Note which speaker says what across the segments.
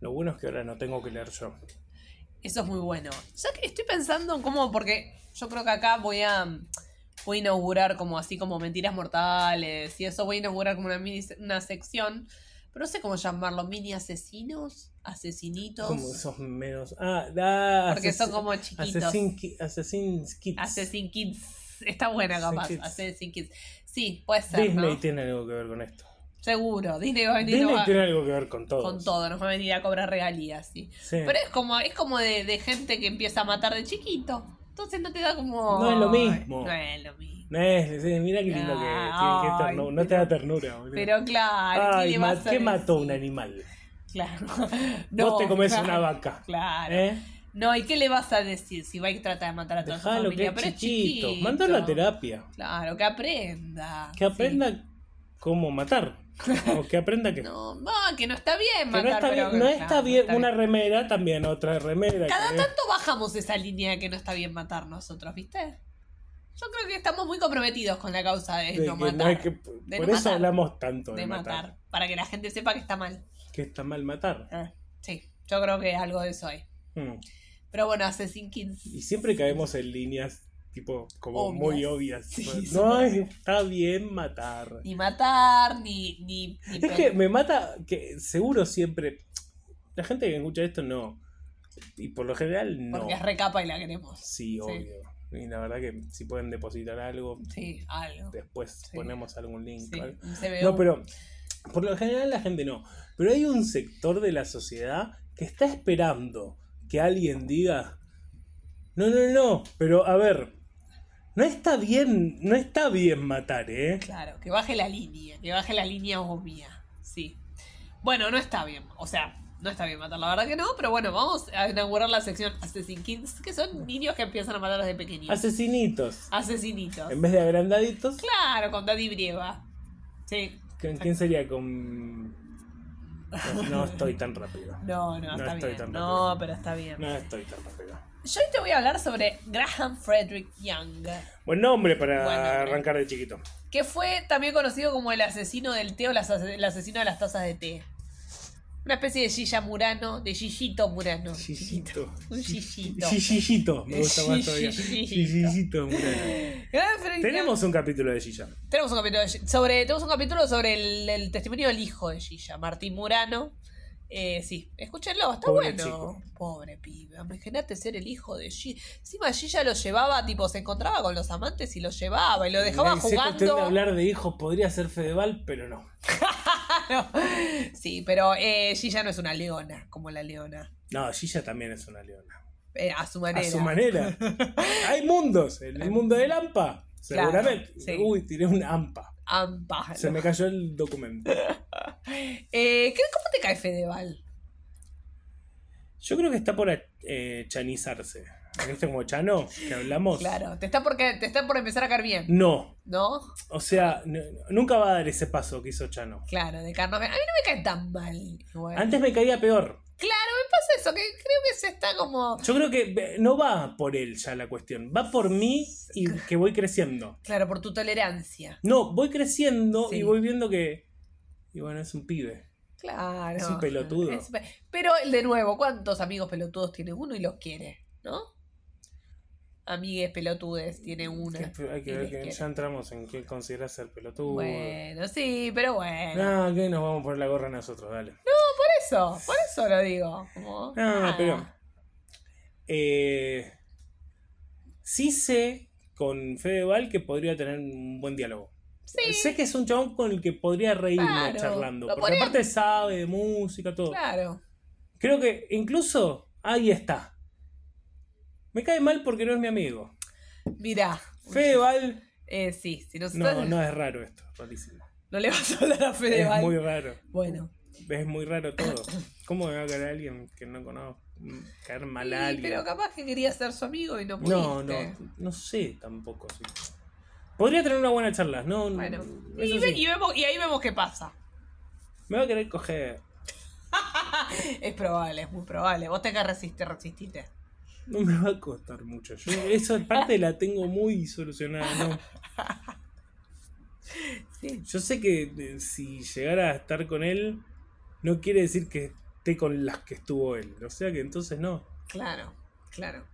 Speaker 1: Lo bueno es que ahora no tengo que leer yo.
Speaker 2: Eso es muy bueno. Ya que estoy pensando en cómo, porque yo creo que acá voy a, voy a inaugurar como así como mentiras mortales y eso, voy a inaugurar como una, mini, una sección, pero no sé cómo llamarlo, mini asesinos, asesinitos.
Speaker 1: Como esos menos. Ah, da.
Speaker 2: Porque son como chiquitos.
Speaker 1: Assassin, Ki- Assassin's Kids.
Speaker 2: Assassin Kids. Está buena
Speaker 1: Assassin
Speaker 2: capaz,
Speaker 1: Kids.
Speaker 2: Assassin Kids. Sí, puede ser,
Speaker 1: Disney
Speaker 2: ¿no?
Speaker 1: tiene algo que ver con esto.
Speaker 2: Seguro, Disney va a venir
Speaker 1: Disney
Speaker 2: a-
Speaker 1: tiene algo que ver con todo.
Speaker 2: con todo, nos va a venir a cobrar regalías, sí.
Speaker 1: Sí.
Speaker 2: Pero es como, es como de, de gente que empieza a matar de chiquito. Entonces no te da como.
Speaker 1: No es lo mismo.
Speaker 2: No es lo mismo.
Speaker 1: Eh, sí, mira qué lindo que
Speaker 2: Ay,
Speaker 1: es. Qué ternu- No te da ternura, boludo.
Speaker 2: Pero claro,
Speaker 1: Ay,
Speaker 2: ¿qué le va a
Speaker 1: ma- ¿qué
Speaker 2: hacer?
Speaker 1: mató un animal?
Speaker 2: Claro.
Speaker 1: Vos te comes
Speaker 2: claro,
Speaker 1: una vaca.
Speaker 2: Claro.
Speaker 1: ¿Eh?
Speaker 2: No, ¿y qué le vas a decir si va y trata de matar a toda su
Speaker 1: Dejalo que
Speaker 2: familia?
Speaker 1: es
Speaker 2: Pero es
Speaker 1: chiquito.
Speaker 2: chiquito.
Speaker 1: Mandalo a terapia.
Speaker 2: Claro, que aprenda.
Speaker 1: Que aprenda cómo matar. o que aprenda
Speaker 2: Sí.
Speaker 1: que.
Speaker 2: No, no, que no está
Speaker 1: que
Speaker 2: bien matar.
Speaker 1: no está
Speaker 2: pero
Speaker 1: bien,
Speaker 2: que-
Speaker 1: no
Speaker 2: claro,
Speaker 1: está bien
Speaker 2: está
Speaker 1: una
Speaker 2: bien.
Speaker 1: remera, también otra remera.
Speaker 2: Cada
Speaker 1: que-
Speaker 2: tanto bajamos esa línea de que no está bien matar nosotros, ¿viste? Yo creo que estamos muy comprometidos con la causa
Speaker 1: de
Speaker 2: de,
Speaker 1: que
Speaker 2: no
Speaker 1: no hay
Speaker 2: matar.
Speaker 1: que-
Speaker 2: De
Speaker 1: por
Speaker 2: no
Speaker 1: eso
Speaker 2: matar.
Speaker 1: hablamos tanto de,
Speaker 2: de
Speaker 1: matar.
Speaker 2: matar. Para que la gente sepa que está mal.
Speaker 1: Que está mal matar.
Speaker 2: Ah, Sí, yo creo que algo de eso hay.
Speaker 1: Mm.
Speaker 2: Pero bueno, Assassin's Creed.
Speaker 1: Y siempre caemos en líneas tipo como
Speaker 2: Obvias.
Speaker 1: muy obvias.
Speaker 2: Sí,
Speaker 1: no
Speaker 2: sí.
Speaker 1: está bien matar.
Speaker 2: Ni matar, ni. ni, ni
Speaker 1: Es que me mata que seguro siempre. La gente que escucha esto no. Y por lo general no.
Speaker 2: Porque es recapa y la queremos.
Speaker 1: Sí, obvio. Y la verdad que si pueden depositar algo,
Speaker 2: Sí, algo.
Speaker 1: después
Speaker 2: Sí.
Speaker 1: ponemos algún link.
Speaker 2: Sí,
Speaker 1: o algo.
Speaker 2: un CBU.
Speaker 1: No, pero por lo general la gente no. Pero hay un sector de la sociedad que está esperando que alguien diga, no, no, no, pero a ver, no está bien, no está bien matar, ¿eh?
Speaker 2: Claro, que baje la línea, que baje la línea obvia. Sí. Bueno, no está bien. O sea, no está bien matar, la verdad que no, pero bueno, vamos a inaugurar la sección Assassin Kids, que son niños que empiezan a matar desde pequeñitos.
Speaker 1: Asesinitos.
Speaker 2: Asesinitos.
Speaker 1: En vez de agrandaditos,
Speaker 2: Claro, con Daddy Brieva. Sí.
Speaker 1: ¿con ¿quién sería con...? No, no estoy tan rápido.
Speaker 2: No, no,
Speaker 1: No
Speaker 2: está
Speaker 1: estoy
Speaker 2: bien.
Speaker 1: tan
Speaker 2: no,
Speaker 1: rápido.
Speaker 2: pero está bien.
Speaker 1: No estoy tan rápido.
Speaker 2: Yo hoy te voy a hablar sobre Graham Frederick Young,
Speaker 1: Buen nombre para
Speaker 2: Buen nombre.
Speaker 1: arrancar de chiquito.
Speaker 2: que fue también conocido como el asesino del té o las- el asesino de las tazas de té. Una especie de Gilla Murano, de Gillito Murano.
Speaker 1: Gillito.
Speaker 2: Un Gillito.
Speaker 1: Gigillito, me gusta más todavía.
Speaker 2: Gigillito.
Speaker 1: Gigillito, mira.
Speaker 2: Graham Frederick
Speaker 1: Tenemos un capítulo de Gilla.
Speaker 2: Young. Tenemos un capítulo, de Gi- sobre, tenemos un capítulo sobre el, el testimonio del hijo de Gilla, Martín Murano. Eh, sí, escúchenlo, está
Speaker 1: Pobre
Speaker 2: bueno.
Speaker 1: chico.
Speaker 2: Pobre pibe, imagínate ser el hijo de Gilla. Encima Gilla lo llevaba, tipo, se encontraba con los amantes y lo llevaba y lo dejaba
Speaker 1: Mirá, si es cuestión de
Speaker 2: jugando.
Speaker 1: hablar de hijos podría ser Fedeval, pero no.
Speaker 2: No. Sí, pero eh, Gilla no es una leona, como la leona.
Speaker 1: No, Gilla también es una leona.
Speaker 2: Eh, a su manera.
Speaker 1: A su manera. Hay mundos. En el mundo del AMPA,
Speaker 2: Claro,
Speaker 1: seguramente.
Speaker 2: sí.
Speaker 1: Uy, tiré un AMPA.
Speaker 2: Ampa.
Speaker 1: Se me cayó el documento.
Speaker 2: Eh, ¿qué- ¿Cómo te cae Fedeval?
Speaker 1: Yo creo que está por eh, chanizarse. ¿Viste como chano que hablamos?
Speaker 2: Claro, te está, por, ca- te está por empezar a caer bien,
Speaker 1: No.
Speaker 2: ¿no?
Speaker 1: O sea, n- nunca va a dar ese paso que hizo Chano.
Speaker 2: Claro, de carne. A mí no me cae tan mal. igual.
Speaker 1: Antes me caía peor.
Speaker 2: Claro, me pasa eso, que creo que se está como.
Speaker 1: Yo creo que eh, no va por él ya la cuestión, va por mí y que voy creciendo.
Speaker 2: Claro, por tu tolerancia.
Speaker 1: No, voy creciendo
Speaker 2: Sí.
Speaker 1: y voy viendo que. Y bueno, es un pibe.
Speaker 2: Claro.
Speaker 1: Es un pelotudo.
Speaker 2: Es pe- Pero de nuevo, ¿cuántos amigos pelotudos tiene uno y los quiere? ¿No? Amigues pelotudes tiene una.
Speaker 1: Que- hay que
Speaker 2: y
Speaker 1: ver
Speaker 2: les
Speaker 1: que
Speaker 2: quiere.
Speaker 1: ya entramos en qué consideras ser pelotudo.
Speaker 2: Bueno, sí, pero bueno.
Speaker 1: No, que nos vamos por la gorra nosotros, dale.
Speaker 2: Por eso, por eso lo digo. Como,
Speaker 1: No, no,
Speaker 2: nada.
Speaker 1: pero. Eh, sí sé con Fedeval que podría tener un buen diálogo.
Speaker 2: Sí.
Speaker 1: Sé que es un chabón con el que podría reírme
Speaker 2: Claro,
Speaker 1: charlando.
Speaker 2: lo
Speaker 1: Porque
Speaker 2: podría-
Speaker 1: aparte sabe de música, todo.
Speaker 2: Claro.
Speaker 1: Creo que incluso ahí está. Me cae mal porque no es mi amigo.
Speaker 2: Mirá.
Speaker 1: Fedeval.
Speaker 2: Eh, sí, si no,
Speaker 1: No, no es raro esto, rarísimo.
Speaker 2: no le vas a hablar a
Speaker 1: Es
Speaker 2: Fedeval.
Speaker 1: muy raro.
Speaker 2: Bueno.
Speaker 1: Es muy raro todo. ¿Cómo me va a caer alguien que no conozco? Mm, Caer mal a
Speaker 2: Sí,
Speaker 1: alguien.
Speaker 2: pero capaz que quería ser su amigo y no pudiste.
Speaker 1: No, no, no sé tampoco. sí. Podría tener una buena charla, no. no,
Speaker 2: Bueno.
Speaker 1: eso
Speaker 2: Y, ve-
Speaker 1: sí.
Speaker 2: y vemos, y ahí vemos qué pasa.
Speaker 1: Me va a querer coger.
Speaker 2: Es probable, es muy probable. Vos tenés que resistir, resististe.
Speaker 1: No me va a costar mucho. Yo esa parte la tengo muy solucionada. ¿no?
Speaker 2: Sí.
Speaker 1: Yo sé que eh, si llegara a estar con él, no quiere decir que esté con las que estuvo él. O sea que entonces no.
Speaker 2: Claro, claro.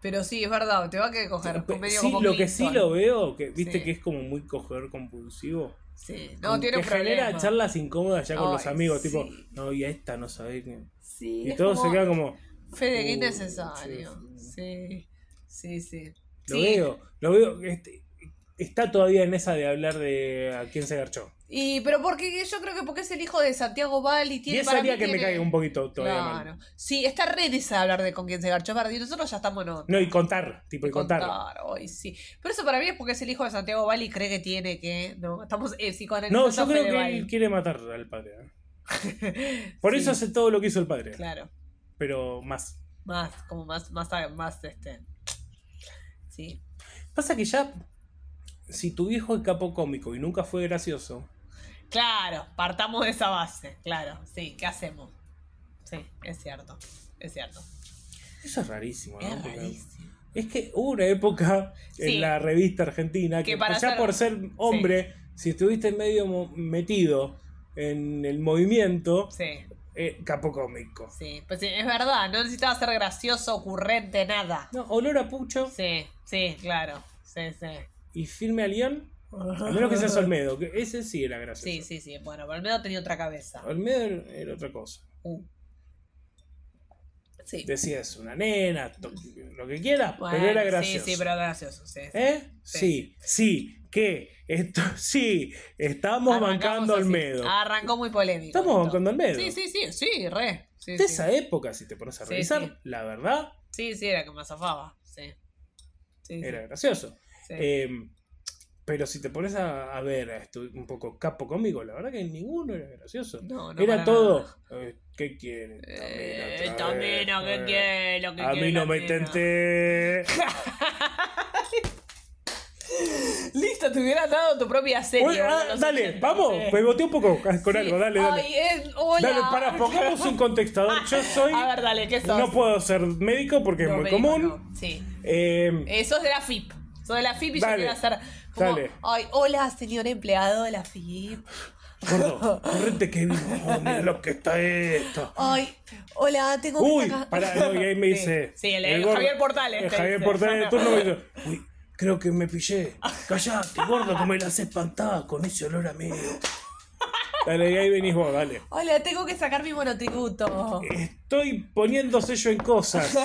Speaker 2: Pero sí, es verdad, te va a querer coger.
Speaker 1: Pe-
Speaker 2: medio
Speaker 1: sí,
Speaker 2: como
Speaker 1: lo que sí
Speaker 2: Clinton.
Speaker 1: lo veo, que viste
Speaker 2: Sí.
Speaker 1: que es como muy cogedor compulsivo.
Speaker 2: Sí,
Speaker 1: Como
Speaker 2: no, tiene
Speaker 1: que genera
Speaker 2: problemas.
Speaker 1: charlas incómodas ya con los
Speaker 2: Ay,
Speaker 1: amigos,
Speaker 2: sí.
Speaker 1: tipo, no, y a esta no sabés quién.
Speaker 2: Sí,
Speaker 1: Y
Speaker 2: es
Speaker 1: todo se
Speaker 2: como,
Speaker 1: queda como,
Speaker 2: Fede, qué
Speaker 1: Uh,
Speaker 2: innecesario.
Speaker 1: sí,
Speaker 2: Sí, sí, sí.
Speaker 1: lo
Speaker 2: Sí,
Speaker 1: veo, lo veo. este, está todavía en esa de hablar de a quién se garchó.
Speaker 2: Y, pero porque yo creo que porque es el hijo de Santiago Val y tiene
Speaker 1: y eso
Speaker 2: para mí
Speaker 1: haría que me
Speaker 2: tiene-
Speaker 1: caiga un poquito todavía mal.
Speaker 2: Claro. Sí, está re de hablar de con quién se garchó Bardi. Nosotros ya estamos en otro.
Speaker 1: No, y contar, tipo, y contar.
Speaker 2: hoy sí. Pero eso para mí es porque es el hijo de Santiago Val y cree que tiene que. No, estamos eh,
Speaker 1: No,
Speaker 2: psicoanalizando
Speaker 1: yo
Speaker 2: a
Speaker 1: creo
Speaker 2: Fede
Speaker 1: que
Speaker 2: Val.
Speaker 1: él quiere matar al padre. ¿eh? Por eso
Speaker 2: Sí.
Speaker 1: hace todo lo que hizo el padre.
Speaker 2: Claro.
Speaker 1: Pero más.
Speaker 2: Más, como más, más, más este. Sí.
Speaker 1: Pasa que ya, si tu viejo es capo cómico y nunca fue gracioso,
Speaker 2: Claro, partamos de esa base. Claro, sí, ¿qué hacemos? Sí, es cierto. Es cierto.
Speaker 1: eso es rarísimo, ¿no?
Speaker 2: Es
Speaker 1: Porque-
Speaker 2: rarísimo.
Speaker 1: Es que hubo una época
Speaker 2: Sí.
Speaker 1: en la revista argentina que,
Speaker 2: Que para
Speaker 1: ya
Speaker 2: ser-
Speaker 1: por ser hombre, si estuviste medio mo- metido en el movimiento,
Speaker 2: Sí,
Speaker 1: eh, capo cómico.
Speaker 2: sí. Pues sí, es verdad, no necesitaba ser gracioso, ocurrente, nada.
Speaker 1: No, olor a pucho
Speaker 2: Sí, sí, claro. Sí, sí.
Speaker 1: y firme a León, a menos que seas Olmedo, que ese sí era gracioso.
Speaker 2: Sí, sí, sí. Bueno, Olmedo tenía otra cabeza.
Speaker 1: Olmedo era- era otra cosa.
Speaker 2: Uh. Sí.
Speaker 1: Decías una nena, to- lo que quieras,
Speaker 2: Bueno,
Speaker 1: pero era gracioso.
Speaker 2: Sí, sí, pero gracioso. Sí, sí.
Speaker 1: ¿Eh?
Speaker 2: Sí.
Speaker 1: Sí, sí, que esto, sí, estamos
Speaker 2: Arrancamos
Speaker 1: bancando
Speaker 2: así.
Speaker 1: Olmedo.
Speaker 2: Arrancó muy polémico.
Speaker 1: Estamos
Speaker 2: esto.
Speaker 1: bancando Olmedo.
Speaker 2: Sí, sí, sí, sí, re. Sí,
Speaker 1: De
Speaker 2: sí.
Speaker 1: esa época, si te pones a
Speaker 2: Sí,
Speaker 1: revisar,
Speaker 2: sí.
Speaker 1: la verdad
Speaker 2: sí, sí, era que me zafaba. Sí. Sí, sí,
Speaker 1: era gracioso.
Speaker 2: sí.
Speaker 1: Eh, pero si te pones a, a ver a esto, un poco capo cómico, la verdad que ninguno era gracioso.
Speaker 2: No, no
Speaker 1: era
Speaker 2: para
Speaker 1: todo.
Speaker 2: nada.
Speaker 1: eh, ¿Qué quieren?
Speaker 2: Eh,
Speaker 1: otra
Speaker 2: Esta
Speaker 1: vez,
Speaker 2: mina que
Speaker 1: eh,
Speaker 2: quiere, lo que
Speaker 1: A
Speaker 2: quiere
Speaker 1: mí no
Speaker 2: la
Speaker 1: me
Speaker 2: mina.
Speaker 1: intenté.
Speaker 2: Listo, te hubieras dado tu propia serie.
Speaker 1: Uy, ah,
Speaker 2: boludo, los
Speaker 1: dale,
Speaker 2: 80.
Speaker 1: vamos,
Speaker 2: Sí.
Speaker 1: pegoteé un poco con
Speaker 2: Sí.
Speaker 1: algo, dale, dale.
Speaker 2: Ay, es- hola.
Speaker 1: Dale, para, pongamos un contextador. Yo soy.
Speaker 2: A ver, dale, ¿qué sos?
Speaker 1: No puedo ser médico porque
Speaker 2: No,
Speaker 1: es muy
Speaker 2: médico,
Speaker 1: común.
Speaker 2: no. Sí.
Speaker 1: Eh,
Speaker 2: Eh, sos de la FIP. Sos de la FIP y
Speaker 1: Dale,
Speaker 2: yo quiero hacer como,
Speaker 1: dale.
Speaker 2: ay, hola, señor empleado de la FIP.
Speaker 1: gordo, correte que oh, mira lo que está esto.
Speaker 2: Ay, hola, tengo que
Speaker 1: Uy,
Speaker 2: sacar-
Speaker 1: pará, no, y ahí me
Speaker 2: Sí.
Speaker 1: dice.
Speaker 2: Sí, el,
Speaker 1: el
Speaker 2: el
Speaker 1: gordo-
Speaker 2: Javier Portales.
Speaker 1: El
Speaker 2: te
Speaker 1: Javier
Speaker 2: dice.
Speaker 1: Portales de turno me dice, uy, creo que me pillé. Callate, gordo, que me la haces espantada con ese olor a medio. Dale, y ahí venís vos, dale.
Speaker 2: Hola, tengo que sacar mi monotributo.
Speaker 1: Estoy poniendo sello en cosas.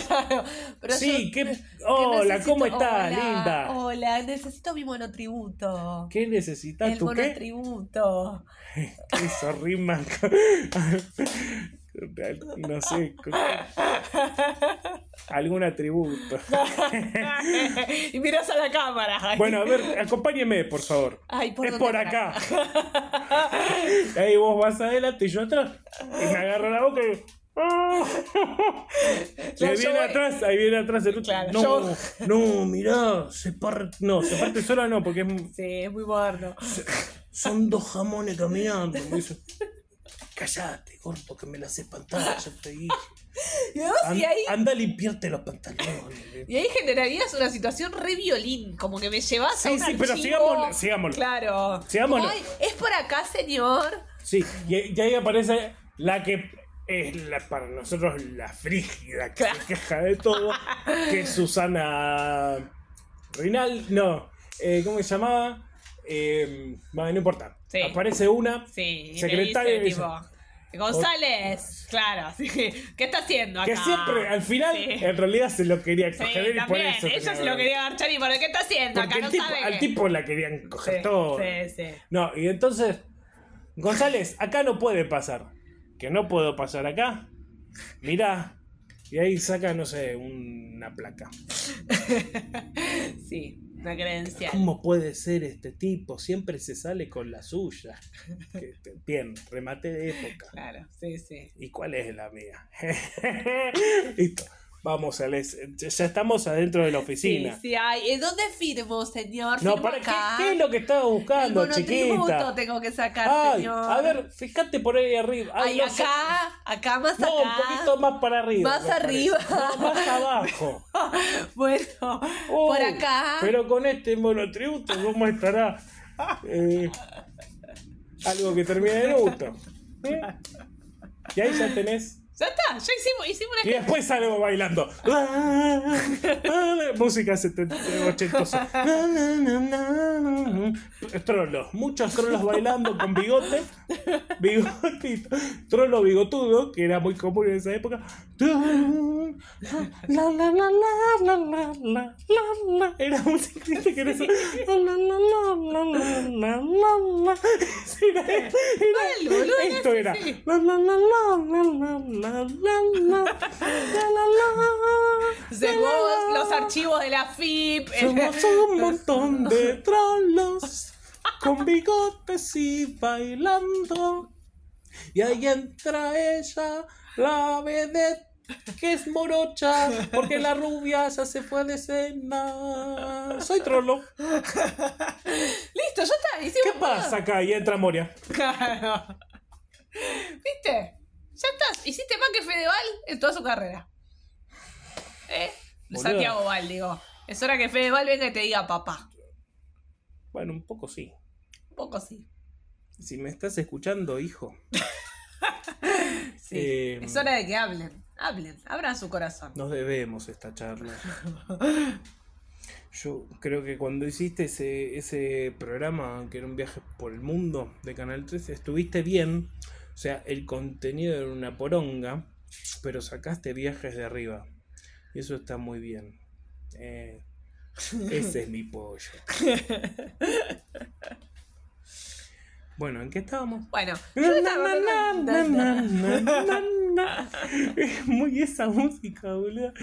Speaker 2: Pero
Speaker 1: sí,
Speaker 2: yo-
Speaker 1: qué.
Speaker 2: que
Speaker 1: Hola,
Speaker 2: necesito-
Speaker 1: ¿cómo está,
Speaker 2: hola,
Speaker 1: linda?
Speaker 2: Hola, necesito mi monotributo.
Speaker 1: ¿Qué necesitas
Speaker 2: El
Speaker 1: tú qué?
Speaker 2: monotributo.
Speaker 1: Eso rima. con- no sé. con- Algún atributo.
Speaker 2: y miras a la cámara. Ay.
Speaker 1: Bueno, a ver, acompáñeme, por favor.
Speaker 2: Ay, ¿por
Speaker 1: es
Speaker 2: dónde
Speaker 1: por
Speaker 2: era?
Speaker 1: acá. Ahí vos vas adelante y yo atrás. Y me agarro la boca y. digo, "Ah".
Speaker 2: Claro,
Speaker 1: ahí
Speaker 2: yo
Speaker 1: viene
Speaker 2: voy-
Speaker 1: atrás, ahí viene atrás el otro.
Speaker 2: Claro,
Speaker 1: no,
Speaker 2: yo-
Speaker 1: no, mirá, se parte. No, se parte sola no, porque es-
Speaker 2: Sí, es muy moderno.
Speaker 1: son dos jamones caminando. Me dice, Callate, gordo, que me las espantada, yo te dije.
Speaker 2: Y además,
Speaker 1: An-
Speaker 2: y ahí,
Speaker 1: Anda a limpiarte los pantalones.
Speaker 2: y ahí generarías una situación re violín, como que me llevas a
Speaker 1: Sí,
Speaker 2: un
Speaker 1: sí, pero
Speaker 2: archivo.
Speaker 1: sigámoslo, sigámoslo.
Speaker 2: Claro.
Speaker 1: Sigámoslo.
Speaker 2: Ay, es por acá, señor.
Speaker 1: Sí, y, y ahí aparece la que es la, para nosotros la frígida, que se queja de todo, que es Susana Rinal, no, eh, ¿cómo se llamaba? Eh, bueno, no importa.
Speaker 2: Sí.
Speaker 1: Aparece una,
Speaker 2: Sí, y
Speaker 1: Secretario
Speaker 2: me dice, tipo, González, claro, sí. ¿Qué está haciendo acá?
Speaker 1: que siempre, al final,
Speaker 2: Sí.
Speaker 1: en realidad se lo quería
Speaker 2: Sí,
Speaker 1: coger y por
Speaker 2: también.
Speaker 1: eso.
Speaker 2: Ella
Speaker 1: tenía
Speaker 2: se lo
Speaker 1: bronca.
Speaker 2: quería garchar y por qué está haciendo
Speaker 1: Porque
Speaker 2: acá,
Speaker 1: el
Speaker 2: no
Speaker 1: tipo,
Speaker 2: sabe.
Speaker 1: al
Speaker 2: que-
Speaker 1: tipo la querían coger
Speaker 2: Sí,
Speaker 1: todo.
Speaker 2: sí, sí.
Speaker 1: No, y entonces, González, acá no puede pasar. Que no puedo pasar acá. Mirá. Y ahí saca, no sé, una placa.
Speaker 2: Sí, una creencia.
Speaker 1: ¿Cómo puede ser este tipo? Siempre se sale con la suya. Que- que- Bien, remate de época.
Speaker 2: Claro, sí, sí.
Speaker 1: ¿Y cuál es la mía? Listo. Vamos, Alex. Ya estamos adentro de la
Speaker 2: Sí,
Speaker 1: oficina.
Speaker 2: sí, ay, ¿eh, ¿dónde firmo, señor?
Speaker 1: No,
Speaker 2: Firmo
Speaker 1: para ¿qué,
Speaker 2: acá.
Speaker 1: qué es lo que estaba
Speaker 2: El
Speaker 1: buscando,
Speaker 2: monotributo
Speaker 1: chiquita?
Speaker 2: tengo que sacar,
Speaker 1: Ay,
Speaker 2: señor.
Speaker 1: a ver, fíjate por ahí arriba. Ay,
Speaker 2: Ay,
Speaker 1: no sé-
Speaker 2: acá, acá más
Speaker 1: No, un
Speaker 2: acá.
Speaker 1: poquito más para arriba.
Speaker 2: Más
Speaker 1: me parece.
Speaker 2: arriba.
Speaker 1: No, más abajo.
Speaker 2: Bueno, por
Speaker 1: Uy,
Speaker 2: acá.
Speaker 1: Oh, Pero con este monotributo, ¿cómo estará? Eh, algo que termine en gusto. Y ahí ya tenés.
Speaker 2: Ya está, ya hicimos, hicimos
Speaker 1: Y
Speaker 2: una...
Speaker 1: después salgo bailando. Ah, Música setenta- ochentosa. Ah, Trolos, muchos trolos bailando con bigote. Bigotito. Trolo bigotudo, que era muy común en esa época. Ah, La, la, la, la, la, la, la, la. Era un ciclista que era eso. La, la, la, la, la, la, la, la. Era- era-
Speaker 2: Mal, boludo,
Speaker 1: esto
Speaker 2: sí,
Speaker 1: era.
Speaker 2: sí.
Speaker 1: La, la, la, la, la, la, la, la, la, la, la, la.
Speaker 2: Se- vos, los archivos de la FIP.
Speaker 1: Somos un montón de trolos con bigotes y bailando. Y ahí entra ella, la vedette, que es morocha, porque la rubia ya se fue de escena. Soy trolo.
Speaker 2: Listo, ya está,
Speaker 1: ¿Qué
Speaker 2: hicimos...
Speaker 1: pasa acá? Y entra Moria.
Speaker 2: Claro. ¿Viste? Ya estás. Hiciste más que Fedeval en toda su carrera. ¿Eh?
Speaker 1: Boludo.
Speaker 2: Santiago Val, digo. Es hora que Fedeval venga y te diga papá.
Speaker 1: Bueno, un poco sí.
Speaker 2: Un poco sí.
Speaker 1: Si me estás escuchando, hijo.
Speaker 2: Sí.
Speaker 1: Eh,
Speaker 2: es hora de que hablen. Hablen. Abran su corazón.
Speaker 1: Nos debemos esta charla. Yo creo que cuando hiciste ese, ese programa, que era un viaje por el mundo de Canal 13, estuviste bien. O sea, el contenido era una poronga, pero sacaste viajes de arriba. Y eso está muy bien. Eh, ese es mi pollo. Bueno, ¿en qué estábamos?
Speaker 2: Bueno. yo estaba hablando-
Speaker 1: Es muy esa música, boludo.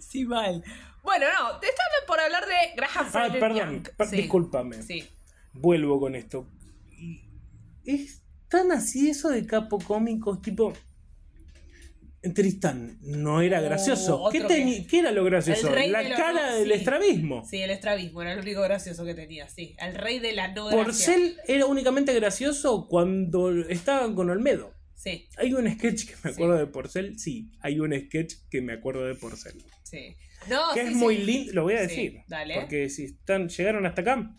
Speaker 2: Sí, mal. Bueno, no. Te estaba por hablar de Graham
Speaker 1: Ah,
Speaker 2: Frederick
Speaker 1: perdón,
Speaker 2: Young.
Speaker 1: per-
Speaker 2: Sí.
Speaker 1: discúlpame.
Speaker 2: Sí.
Speaker 1: Vuelvo con esto. Y Es tan así eso de capo cómicos, tipo. Tristán no era
Speaker 2: Uh,
Speaker 1: gracioso.
Speaker 2: otro
Speaker 1: ¿Qué,
Speaker 2: que-
Speaker 1: teni- qué era lo gracioso?
Speaker 2: El rey
Speaker 1: La
Speaker 2: de lo-
Speaker 1: cara del
Speaker 2: sí.
Speaker 1: estrabismo.
Speaker 2: Sí, el estrabismo era el único gracioso que tenía, sí. El rey de la no gracia.
Speaker 1: Porcel era únicamente gracioso cuando estaban con Olmedo.
Speaker 2: Sí,
Speaker 1: Hay un sketch que me
Speaker 2: Sí.
Speaker 1: acuerdo de Porcel. Sí, hay un sketch que me acuerdo de Porcel.
Speaker 2: sí. No,
Speaker 1: que
Speaker 2: sí,
Speaker 1: es
Speaker 2: sí.
Speaker 1: muy lindo, lo voy a
Speaker 2: Sí,
Speaker 1: decir.
Speaker 2: dale. Ah.
Speaker 1: Porque si están, llegaron hasta acá,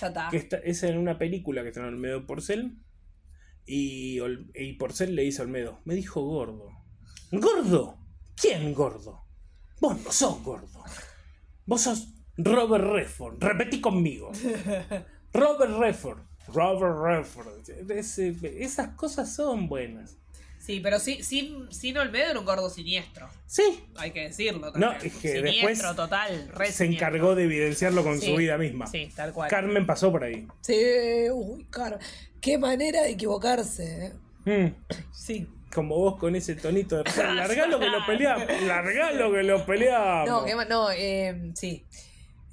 Speaker 2: Ya está.
Speaker 1: que está- es en una película que está en Olmedo Porcel. Y, Ol- y Porcel le dice a Olmedo, me dijo gordo. ¿Gordo? ¿Quién gordo? Vos no sos gordo. Vos sos Robert Redford. Repetí conmigo. Robert Redford. Robert Redford. Ese- esas cosas son buenas.
Speaker 2: Sí, pero sí, sin, sin Olmedo era un gordo siniestro.
Speaker 1: Sí,
Speaker 2: Hay que
Speaker 1: No,
Speaker 2: decirlo. también.
Speaker 1: es que
Speaker 2: siniestro
Speaker 1: después
Speaker 2: total. Re
Speaker 1: se
Speaker 2: siniestro.
Speaker 1: encargó de evidenciarlo con
Speaker 2: Sí,
Speaker 1: su vida misma.
Speaker 2: Sí, tal cual.
Speaker 1: Carmen pasó por ahí.
Speaker 2: sí, uy, Car. Qué manera de equivocarse, ¿eh?
Speaker 1: Mm.
Speaker 2: Sí.
Speaker 1: Como vos con ese tonito de largalo que lo peleamos, largalo que lo peleamos.
Speaker 2: No, qué ma- no, eh, sí.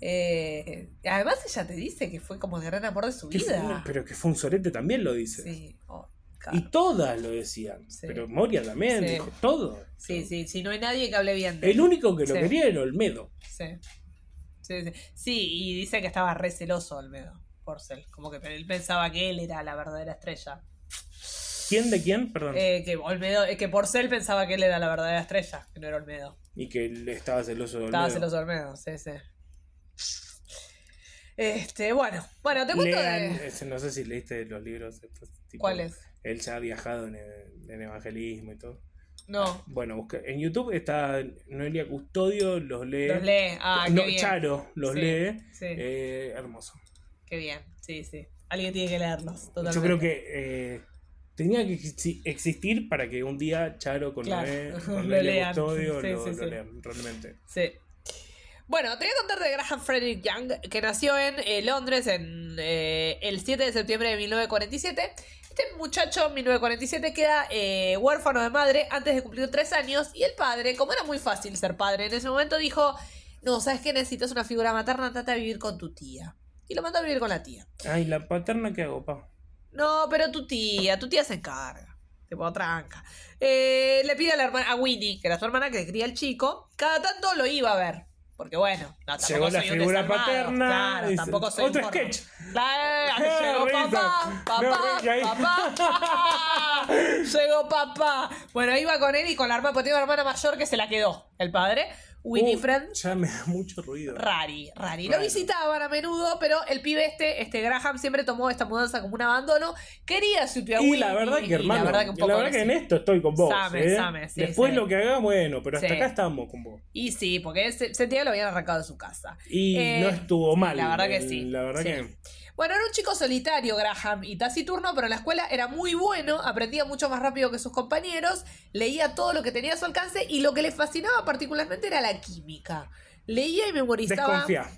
Speaker 2: Eh, además ella te dice que fue como de gran amor de su
Speaker 1: Que fue-
Speaker 2: vida.
Speaker 1: pero que fue un sorete también lo dice.
Speaker 2: Sí, oh, Car.
Speaker 1: Y todas lo decían.
Speaker 2: Sí.
Speaker 1: Pero Moria también,
Speaker 2: Sí.
Speaker 1: dijo todo.
Speaker 2: Sí, sí, sí, no hay nadie que hable bien de él.
Speaker 1: El único que lo
Speaker 2: Sí.
Speaker 1: quería era Olmedo.
Speaker 2: Sí. Sí, sí. Sí, y dice que estaba re celoso Olmedo, Porcel. Como que él pensaba que él era la verdadera estrella.
Speaker 1: ¿Quién de quién? Perdón.
Speaker 2: Eh, que Olmedo, eh, que Porcel pensaba que él era la verdadera estrella, que no era Olmedo.
Speaker 1: Y que él estaba celoso de Olmedo.
Speaker 2: Estaba celoso Olmedo, sí, sí. Este, bueno, bueno, te cuento
Speaker 1: Lean,
Speaker 2: de.
Speaker 1: ese- no sé si leíste los libros. estos, tipo,
Speaker 2: ¿Cuáles?
Speaker 1: Él ya ha viajado en, en evangelismo y todo.
Speaker 2: No,
Speaker 1: Bueno, busca- en YouTube está Noelia Custodio, los lee.
Speaker 2: los lee. Ah,
Speaker 1: No,
Speaker 2: qué bien.
Speaker 1: Charo los
Speaker 2: Sí,
Speaker 1: lee.
Speaker 2: sí.
Speaker 1: Eh, hermoso.
Speaker 2: Qué bien, sí, sí. Alguien tiene que leerlos, totalmente.
Speaker 1: Yo creo que eh, tenía que exi- existir para que un día Charo con
Speaker 2: Claro,
Speaker 1: Noé-
Speaker 2: lo
Speaker 1: con Noelia
Speaker 2: lean.
Speaker 1: Custodio
Speaker 2: Sí,
Speaker 1: lo,
Speaker 2: sí,
Speaker 1: lo
Speaker 2: sí.
Speaker 1: lean, realmente.
Speaker 2: Sí. Bueno, te voy a contar de Graham Frederick Young, que nació en eh, Londres en, eh, el 7 de septiembre de 1947. Este muchacho en 1947 queda eh, huérfano de madre antes de cumplir tres años y el padre, como era muy fácil ser padre en ese momento, dijo, no, sabes que necesitas una figura materna, trata de vivir con tu tía. Y lo mandó a vivir con la tía.
Speaker 1: Ay, la paterna que hago, pa.
Speaker 2: No, pero tu tía, tu tía se encarga. Tipo, tranca. Eh, le pide a la hermana, a Winnie, que era su hermana que le cría al chico, cada tanto lo iba a ver. Porque bueno, no, tampoco
Speaker 1: Llegó la
Speaker 2: soy un
Speaker 1: figura
Speaker 2: desarmado,
Speaker 1: paterna,
Speaker 2: Claro,
Speaker 1: dice,
Speaker 2: tampoco soy un
Speaker 1: otro
Speaker 2: forro.
Speaker 1: sketch.
Speaker 2: Claro, llegó
Speaker 1: Risa.
Speaker 2: papá,
Speaker 1: No,
Speaker 2: papá,
Speaker 1: y ahí-
Speaker 2: papá. Llegó papá. Bueno, iba con él y con la hermana, porque tiene una hermana mayor que se la quedó el padre. Winifred
Speaker 1: Uh, ya me da mucho ruido.
Speaker 2: Rari, Rari. Lo
Speaker 1: Raro.
Speaker 2: visitaban a menudo, pero el pibe este, este Graham, siempre tomó esta mudanza como un abandono. Quería su tía
Speaker 1: Y la verdad que, hermano,
Speaker 2: la verdad que un poco que
Speaker 1: en
Speaker 2: sí.
Speaker 1: esto estoy con vos.
Speaker 2: Same,
Speaker 1: ¿eh?
Speaker 2: same, sí,
Speaker 1: Después
Speaker 2: sí.
Speaker 1: lo que haga, bueno, pero hasta
Speaker 2: Sí.
Speaker 1: acá estamos con vos.
Speaker 2: Y sí, porque ese, ese tía lo habían arrancado de su casa.
Speaker 1: Y
Speaker 2: Eh,
Speaker 1: no estuvo mal.
Speaker 2: la verdad que
Speaker 1: eh,
Speaker 2: sí,
Speaker 1: La verdad
Speaker 2: sí.
Speaker 1: que.
Speaker 2: Bueno, era un chico solitario, Graham, y taciturno, pero en la escuela era muy bueno, aprendía mucho más rápido que sus compañeros, leía todo lo que tenía a su alcance y lo que le fascinaba particularmente era la química. Leía y memorizaba.
Speaker 1: Desconfía.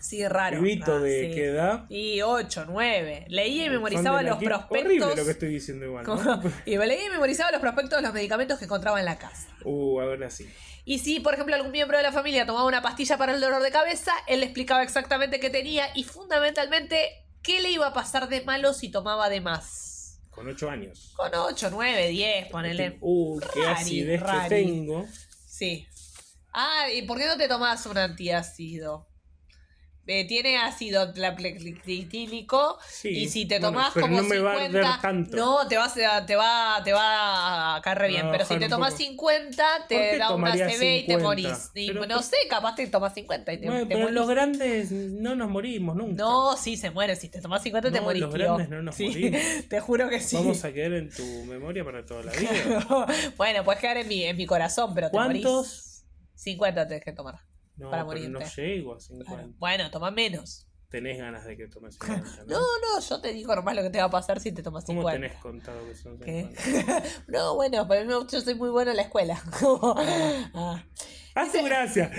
Speaker 2: Sí, raro.
Speaker 1: Vivito
Speaker 2: Ah,
Speaker 1: de
Speaker 2: sí.
Speaker 1: qué edad.
Speaker 2: Y 8, 9. Leía y
Speaker 1: Fan
Speaker 2: memorizaba
Speaker 1: de la
Speaker 2: los
Speaker 1: Kim.
Speaker 2: prospectos.
Speaker 1: Horrible lo que estoy diciendo igual. ¿no?
Speaker 2: y leía y memorizaba los prospectos de los medicamentos que encontraba en la casa.
Speaker 1: Uh, ahora sí.
Speaker 2: Y si, por ejemplo, algún miembro de la familia tomaba una pastilla para el dolor de cabeza, él le explicaba exactamente qué tenía y fundamentalmente qué le iba a pasar de malo si tomaba de más.
Speaker 1: Con 8 años.
Speaker 2: Con 8, 9, 10, ponele.
Speaker 1: Uh, qué
Speaker 2: Rari,
Speaker 1: acidez
Speaker 2: rari.
Speaker 1: que tengo.
Speaker 2: Sí. Ah, ¿y por qué no te tomabas un antiácido? Eh, tiene ácido tlapleclitílico
Speaker 1: Sí,
Speaker 2: y si te
Speaker 1: bueno,
Speaker 2: tomás
Speaker 1: pero
Speaker 2: como
Speaker 1: no me va a
Speaker 2: 50,
Speaker 1: arder tanto.
Speaker 2: no te vas a- te va te va a caer re
Speaker 1: Me
Speaker 2: bien,
Speaker 1: va a
Speaker 2: pero si
Speaker 1: bajar
Speaker 2: te
Speaker 1: un
Speaker 2: tomás
Speaker 1: poco.
Speaker 2: 50
Speaker 1: ¿Por
Speaker 2: te
Speaker 1: qué
Speaker 2: da una
Speaker 1: tomaría
Speaker 2: CB y te
Speaker 1: 50?
Speaker 2: morís. Y
Speaker 1: Pero-
Speaker 2: no sé, capaz te tomás 50 y te,
Speaker 1: Bueno,
Speaker 2: te
Speaker 1: pero
Speaker 2: morís.
Speaker 1: los grandes no nos morimos nunca.
Speaker 2: No, sí se muere, si te tomás 50 te
Speaker 1: No,
Speaker 2: morís.
Speaker 1: los
Speaker 2: tío.
Speaker 1: grandes no nos
Speaker 2: Sí,
Speaker 1: morimos.
Speaker 2: Te juro que sí.
Speaker 1: Vamos a quedar en tu memoria para toda la vida.
Speaker 2: bueno, puedes quedar en mi, en mi corazón, pero te morís.
Speaker 1: ¿Cuántos?
Speaker 2: 50 tenés que tomar.
Speaker 1: No,
Speaker 2: Para
Speaker 1: pero no
Speaker 2: morirte.
Speaker 1: llego a 50.
Speaker 2: Claro. Bueno, toma menos.
Speaker 1: Tenés ganas de que tomes 50,
Speaker 2: No,
Speaker 1: ¿no?
Speaker 2: no, yo te digo nomás lo que te va a pasar si te tomas
Speaker 1: cómo
Speaker 2: 50.
Speaker 1: tenés contado que son
Speaker 2: ¿Qué?
Speaker 1: 50?
Speaker 2: no, bueno, para mí yo soy muy bueno en la escuela. Ah.
Speaker 1: ¡Haz tu gracia!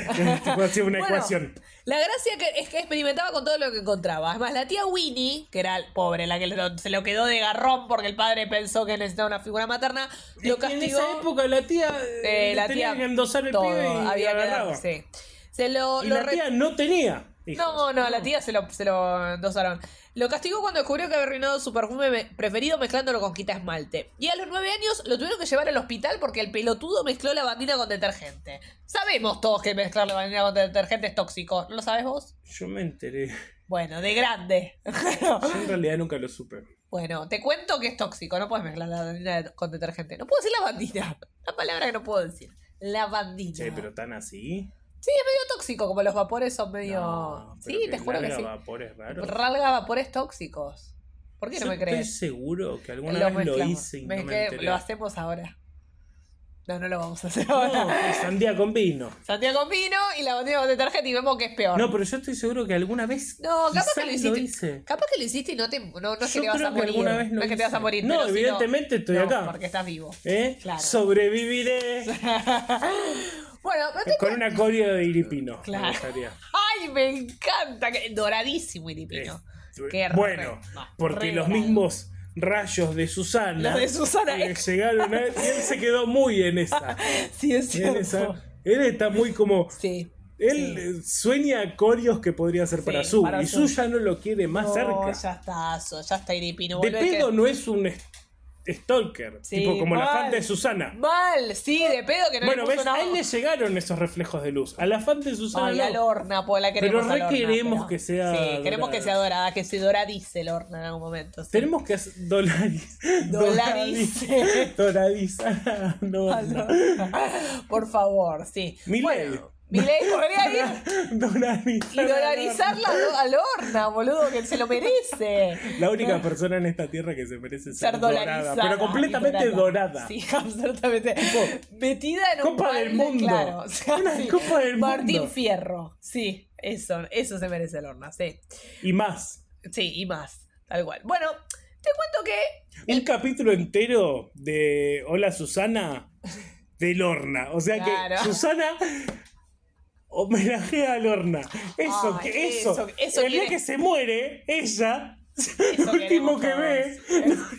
Speaker 1: Tipo, hacía una
Speaker 2: Bueno.
Speaker 1: ecuación.
Speaker 2: La gracia que es que experimentaba con todo lo que encontraba. Además, la tía Winnie, que era pobre, la que lo- se lo quedó de garrón porque el padre pensó que necesitaba una figura materna, lo
Speaker 1: En
Speaker 2: castigó.
Speaker 1: esa época la tía
Speaker 2: eh,
Speaker 1: eh,
Speaker 2: la
Speaker 1: tenía
Speaker 2: tía,
Speaker 1: que endosar el
Speaker 2: todo,
Speaker 1: pibe y
Speaker 2: había que
Speaker 1: agarraba.
Speaker 2: dar- sí. Se lo,
Speaker 1: Y
Speaker 2: lo
Speaker 1: la
Speaker 2: re-
Speaker 1: tía no tenía. hijos.
Speaker 2: No, no, a la tía se lo, se lo endosaron. Lo castigó cuando descubrió que había arruinado su perfume me- preferido mezclándolo con quita esmalte. Y a los nueve años lo tuvieron que llevar al hospital porque el pelotudo mezcló lavandina con detergente. Sabemos todos que mezclar lavandina con detergente es tóxico. ¿No lo sabes vos?
Speaker 1: Yo me enteré.
Speaker 2: Bueno, de grande.
Speaker 1: Yo
Speaker 2: Ah.
Speaker 1: en realidad nunca lo supe.
Speaker 2: bueno, te cuento que es tóxico. No puedes mezclar lavandina con detergente. No puedo decir lavandina. Una palabra que no puedo decir. Lavandina.
Speaker 1: Che, pero tan así.
Speaker 2: Medio tóxico, como los vapores son medio...
Speaker 1: No, pero
Speaker 2: sí, te juro que
Speaker 1: larga
Speaker 2: sí.
Speaker 1: vapores raros.
Speaker 2: Ralga vapores tóxicos. ¿Por qué no
Speaker 1: Yo
Speaker 2: me crees?
Speaker 1: Estoy seguro que alguna
Speaker 2: Los
Speaker 1: vez lo
Speaker 2: mezclamos.
Speaker 1: hice y
Speaker 2: Me
Speaker 1: no me
Speaker 2: que-
Speaker 1: enteré.
Speaker 2: Lo hacemos ahora. No, no lo vamos a hacer ahora.
Speaker 1: No, sandía con vino.
Speaker 2: Santiago vino y la bandera con detergente y vemos que es peor.
Speaker 1: No, pero yo estoy seguro que alguna vez.
Speaker 2: No, capaz
Speaker 1: quizás
Speaker 2: que lo hiciste.
Speaker 1: hice.
Speaker 2: Capaz que lo hiciste y no te. No, no es que
Speaker 1: Yo
Speaker 2: te vas
Speaker 1: creo
Speaker 2: a
Speaker 1: que
Speaker 2: morir.
Speaker 1: alguna vez lo
Speaker 2: no es que te vas a
Speaker 1: hice.
Speaker 2: morir.
Speaker 1: No,
Speaker 2: pero si
Speaker 1: evidentemente estoy
Speaker 2: no,
Speaker 1: acá.
Speaker 2: Porque estás vivo.
Speaker 1: ¿Eh?
Speaker 2: Claro.
Speaker 1: Sobreviviré
Speaker 2: Bueno, pero te-
Speaker 1: con una coreo de iripino. me
Speaker 2: Claro.
Speaker 1: gustaría.
Speaker 2: ¡Ay, me encanta! que- Doradísimo, Iripino.
Speaker 1: Eh,
Speaker 2: Qué re-
Speaker 1: bueno,
Speaker 2: va,
Speaker 1: porque
Speaker 2: re
Speaker 1: los
Speaker 2: bravo.
Speaker 1: mismos rayos de Susana.
Speaker 2: Los de Susana,
Speaker 1: le
Speaker 2: es-
Speaker 1: llegaron a él y él se quedó muy en esa.
Speaker 2: Sí, es
Speaker 1: en
Speaker 2: cierto.
Speaker 1: esa. Él está muy como.
Speaker 2: Sí.
Speaker 1: Él
Speaker 2: Sí.
Speaker 1: eh, sueña corios que podría ser para Su.
Speaker 2: para
Speaker 1: y
Speaker 2: Su.
Speaker 1: Su ya no lo quiere más
Speaker 2: No,
Speaker 1: cerca.
Speaker 2: Oh, ya está, so- ya está Iripino.
Speaker 1: De
Speaker 2: volvé
Speaker 1: pedo
Speaker 2: que-
Speaker 1: no es un est- stalker,
Speaker 2: Sí,
Speaker 1: tipo como la
Speaker 2: mal.
Speaker 1: fan de Susana.
Speaker 2: Mal, sí, de pedo que no
Speaker 1: bueno,
Speaker 2: le
Speaker 1: ves,
Speaker 2: puso
Speaker 1: a
Speaker 2: nada.
Speaker 1: él le llegaron esos reflejos de luz. A la fan de Susana
Speaker 2: Ay,
Speaker 1: no.
Speaker 2: a Lorna, pues la queremos.
Speaker 1: Pero re
Speaker 2: a Lorna,
Speaker 1: queremos
Speaker 2: pero-
Speaker 1: que sea
Speaker 2: Sí, queremos
Speaker 1: dorada.
Speaker 2: que sea dorada, que se doradice Lorna en algún momento. sí.
Speaker 1: Tenemos que hacer dolaris.
Speaker 2: Dolarice.
Speaker 1: Dolaris. Ah, no,
Speaker 2: A
Speaker 1: no.
Speaker 2: Lorna. Por favor, sí.
Speaker 1: Milei.
Speaker 2: Bueno, Milei podría ir
Speaker 1: Dolaris.
Speaker 2: y dolarizarla a Lorna, boludo, que se lo merece.
Speaker 1: La única persona en esta tierra que se merece ser,
Speaker 2: Ser dolarizada.
Speaker 1: dorada. Pero completamente
Speaker 2: y
Speaker 1: dorada.
Speaker 2: Sí, absolutamente. Metida en un
Speaker 1: Copa del
Speaker 2: balde,
Speaker 1: mundo.
Speaker 2: Claro, o sea,
Speaker 1: Una
Speaker 2: sí.
Speaker 1: copa del
Speaker 2: Martín
Speaker 1: mundo.
Speaker 2: Fierro. Sí, eso, eso se merece Lorna, sí.
Speaker 1: Y más.
Speaker 2: Sí, y más, tal cual. Bueno, te cuento que
Speaker 1: Un capítulo entero de Hola Susana de Lorna. O sea
Speaker 2: Claro.
Speaker 1: que Susana homenajea a Lorna. Eso,
Speaker 2: Ay,
Speaker 1: que, eso.
Speaker 2: eso- eso
Speaker 1: El día
Speaker 2: quiere-
Speaker 1: que se muere, ella,
Speaker 2: eso
Speaker 1: lo último que
Speaker 2: queremos
Speaker 1: ve,
Speaker 2: todos. eh,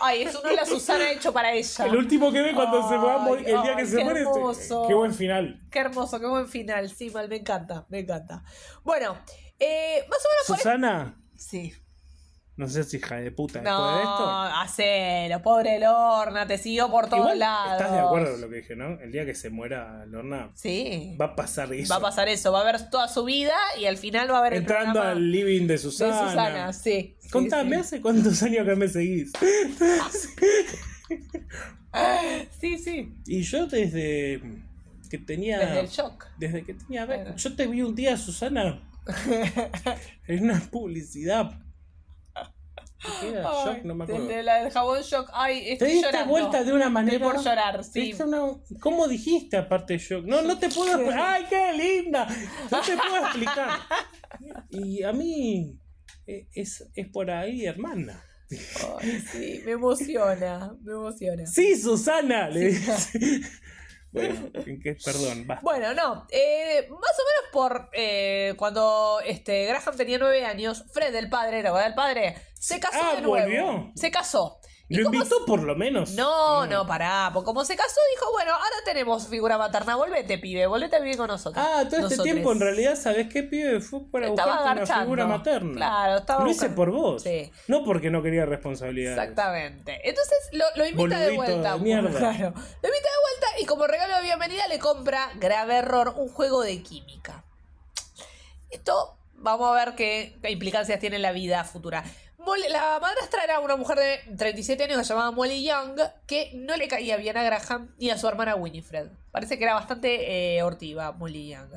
Speaker 2: Ay, es un hola Susana hecho para ella.
Speaker 1: el último que ve cuando se va a morir, el día
Speaker 2: Ah. Ay,
Speaker 1: que se
Speaker 2: qué
Speaker 1: muere. este,
Speaker 2: hermoso.
Speaker 1: Qué buen final.
Speaker 2: Qué hermoso, qué buen final. Sí, mal, me encanta, me encanta. Bueno, eh, más o menos por
Speaker 1: Susana,
Speaker 2: Sí.
Speaker 1: no sé si hija de puta después de esto.
Speaker 2: No, hacelo, pobre Lorna, te siguió por todos
Speaker 1: Igual,
Speaker 2: lados.
Speaker 1: Estás de acuerdo con lo que dije, ¿no? El día que se muera Lorna,
Speaker 2: Sí.
Speaker 1: va a pasar eso.
Speaker 2: Va a pasar eso, va a ver toda su vida y al final va a ver el
Speaker 1: Entrando
Speaker 2: programa
Speaker 1: al living de
Speaker 2: de
Speaker 1: Susana.
Speaker 2: Susana. Sí. sí,
Speaker 1: Contame,
Speaker 2: sí.
Speaker 1: ¿hace cuántos años que me seguís?
Speaker 2: Sí, sí.
Speaker 1: Y yo desde que tenía.
Speaker 2: Desde el shock.
Speaker 1: Desde que tenía. ve-
Speaker 2: Claro.
Speaker 1: Yo te vi un día, Susana, en una publicidad. ¿Qué era?
Speaker 2: Ay,
Speaker 1: Shock, no me acuerdo.
Speaker 2: Desde la del jabón shock. Ay,
Speaker 1: Te
Speaker 2: estoy
Speaker 1: diste
Speaker 2: llorando.
Speaker 1: vuelta de una
Speaker 2: Estoy
Speaker 1: manera.
Speaker 2: por llorar,
Speaker 1: te
Speaker 2: sí.
Speaker 1: diste una- ¿Cómo dijiste aparte shock? No, no te puedo expli- ¡Ay, qué linda! No te puedo explicar. Y a mí eh, es, es por ahí, hermana.
Speaker 2: Ay, sí, me emociona, me emociona.
Speaker 1: Sí, Susana. Le dije. Bueno, en qué- perdón, basta.
Speaker 2: Bueno, no, eh, más o menos por eh, cuando este, Graham tenía nueve años, Fred, el padre, ¿te acordás del padre? Se casó
Speaker 1: Ah,
Speaker 2: de nuevo.
Speaker 1: volvió.
Speaker 2: Se casó. ¿Y
Speaker 1: Lo
Speaker 2: cómo
Speaker 1: invitó por lo menos.
Speaker 2: No, no, pará. Porque como se casó, dijo, bueno, ahora tenemos figura materna, volvete, pibe, volvete a vivir con nosotros.
Speaker 1: Ah, todo este
Speaker 2: Nosotres.
Speaker 1: tiempo en realidad, ¿sabés qué, pibe? Fue para
Speaker 2: Estaba
Speaker 1: buscarte una
Speaker 2: garchando.
Speaker 1: figura materna.
Speaker 2: Claro, estaba
Speaker 1: Lo hice
Speaker 2: buscando-
Speaker 1: por vos.
Speaker 2: Sí.
Speaker 1: No porque no quería responsabilidades.
Speaker 2: Exactamente. Entonces lo, lo invita de
Speaker 1: Boludito
Speaker 2: vuelta.
Speaker 1: de mierda.
Speaker 2: Claro. Lo invita de vuelta y como regalo de bienvenida le compra, grave error, un juego de química. Esto vamos a ver qué implicancias tiene en la vida futura. Molly- La madrastra era una mujer de 37 años que se llamaba Molly Young, que no le caía bien a Graham ni a su hermana Winifred. Parece que era bastante eh, hortiva Molly Young.